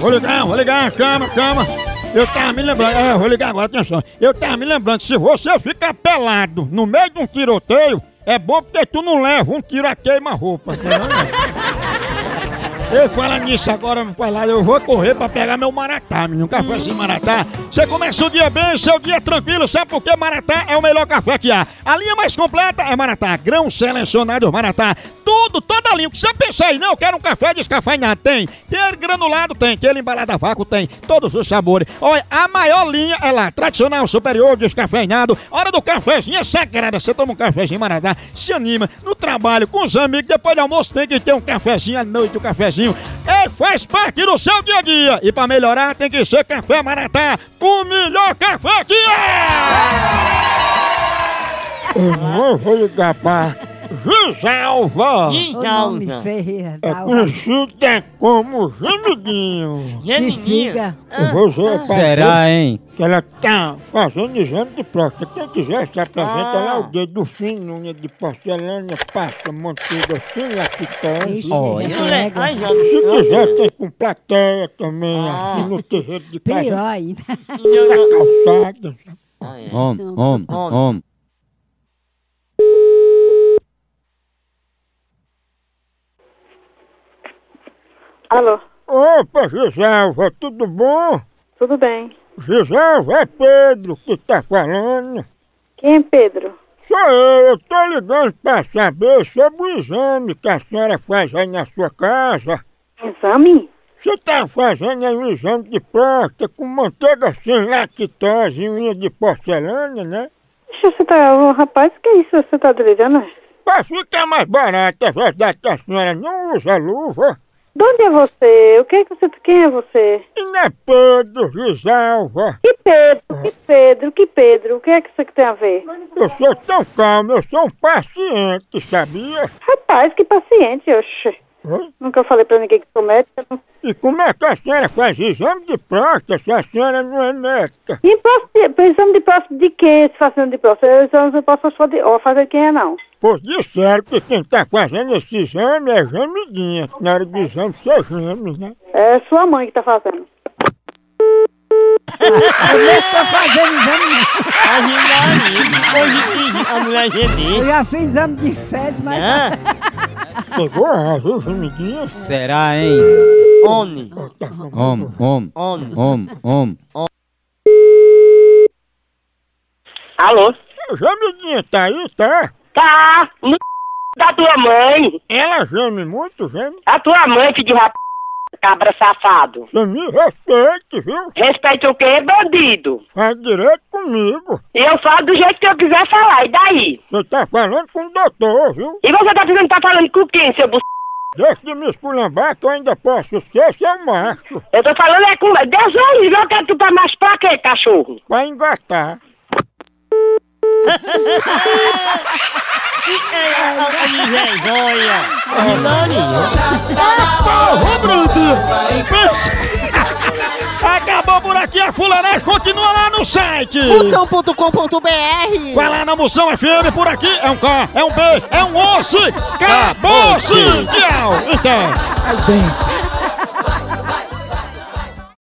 Vou ligar, vou ligar, chama, chama. Eu tava me lembrando, é, vou ligar agora, atenção. Eu tava me lembrando, se você ficar pelado no meio de um tiroteio, é bom porque tu não leva um tiro a queima-roupa. entendeu? né? Eu falando nisso agora, não falar, eu vou correr pra pegar meu maratá, menino. Café sem maratá. Você começa o dia bem, seu dia tranquilo, sabe por que maratá é o melhor café que há? A linha mais completa é maratá, grão selecionado maratá. Tudo, toda a linha. O que você pensar aí, não, eu quero um café descafeinado, tem. Tem ele granulado, tem. Que ele embalado a vácuo, tem. Todos os sabores. Olha, a maior linha é lá, tradicional, superior, descafeinado. Hora do cafezinho é sagrada. Você toma um cafezinho maratá, se anima, no trabalho, com os amigos, depois do almoço tem que ter um cafezinho à noite, um cafezinho. É, faz parte do seu dia a dia. E pra melhorar tem que ser café maratá, o melhor café que é! Eu não vou ligar pra Gisalva. nome Gisalva. Ferreira, É Conhecida como gemidinho. Geminha. Eu vou Ah. ser Será, hein? Que ela tá fazendo exame de próstata. Quem quiser se apresenta Ah. lá, o dedo fino, unha de porcelana, pasta, manteiga, assim, fina, picante. Ixi, Olha. essa Isso é- nega. Ai, já. Se quiser, tem com plateia também, Ah. aqui no terreiro de casa, Pirói. Não, não. na calçada. Ai, ai. Om, om, om. Alô, Opa, Giselva, tudo bom? tudo bem? Giselva, é Pedro que tá falando. Quem é Pedro? Sou eu, eu tô ligando pra saber sobre o exame que a senhora faz aí na sua casa. Exame? Você tá fazendo aí um exame de próstata com manteiga sem lactose e unha de porcelana, né? Ixi, você tá. ô, Rapaz, que isso? Você tá delirando? Pra ficar mais barato, é verdade que a senhora não usa luva. De onde é você? O que é que você. Quem é você? E não é Pedro, Giselva. Que Pedro? Que Pedro? Que Pedro? O que é que isso aqui tem a ver? Eu sou tão calmo, eu sou um paciente, sabia? Rapaz, que paciente, oxe. Oi? Nunca falei pra ninguém que sou médica. não. E como é que a senhora faz exame de próstata se a senhora não é médica? E próstata- pra exame de próstata de quem? Se fazendo de próstata? Eu exame de próstata só de. Ó, fazer quem é não. Pois disseram que quem tá fazendo esse exame é gemidinha. que Na hora do exame você geme, né? É sua mãe que tá fazendo. A gente vai. Hoje a mulher Eu gemia. já fiz exame de fezes, mas Ah, Pegou a viu, gemidinha? Será, ¿eh? hein? Oni. tá Om, om, Oni. om, om. Alô? Gemidinha tá aí, tá? Tá, no da tua mãe. Ela geme muito, geme. A tua mãe, filho de rap... cabra safado. Você me respeite, viu? Respeita o quê, bandido? Faz direito comigo. Eu falo do jeito que eu quiser falar, e daí? Você tá falando com o doutor, viu? E você tá dizendo que tá falando com quem, seu bus... Deixa de me esculambar que eu ainda posso ser seu macho. Eu tô falando é com... Deus é livre, eu quero tu pra mais pra quê, cachorro? Vai engatar. Oni é joia. Oni. Porra, Bruto! Pensa- Acabou por aqui a fulanagem, continua lá no site! Moção.com.br Vai lá na Moção FM, por aqui é um K, é um B, é um osso! Acabou-se! Tchau! Então...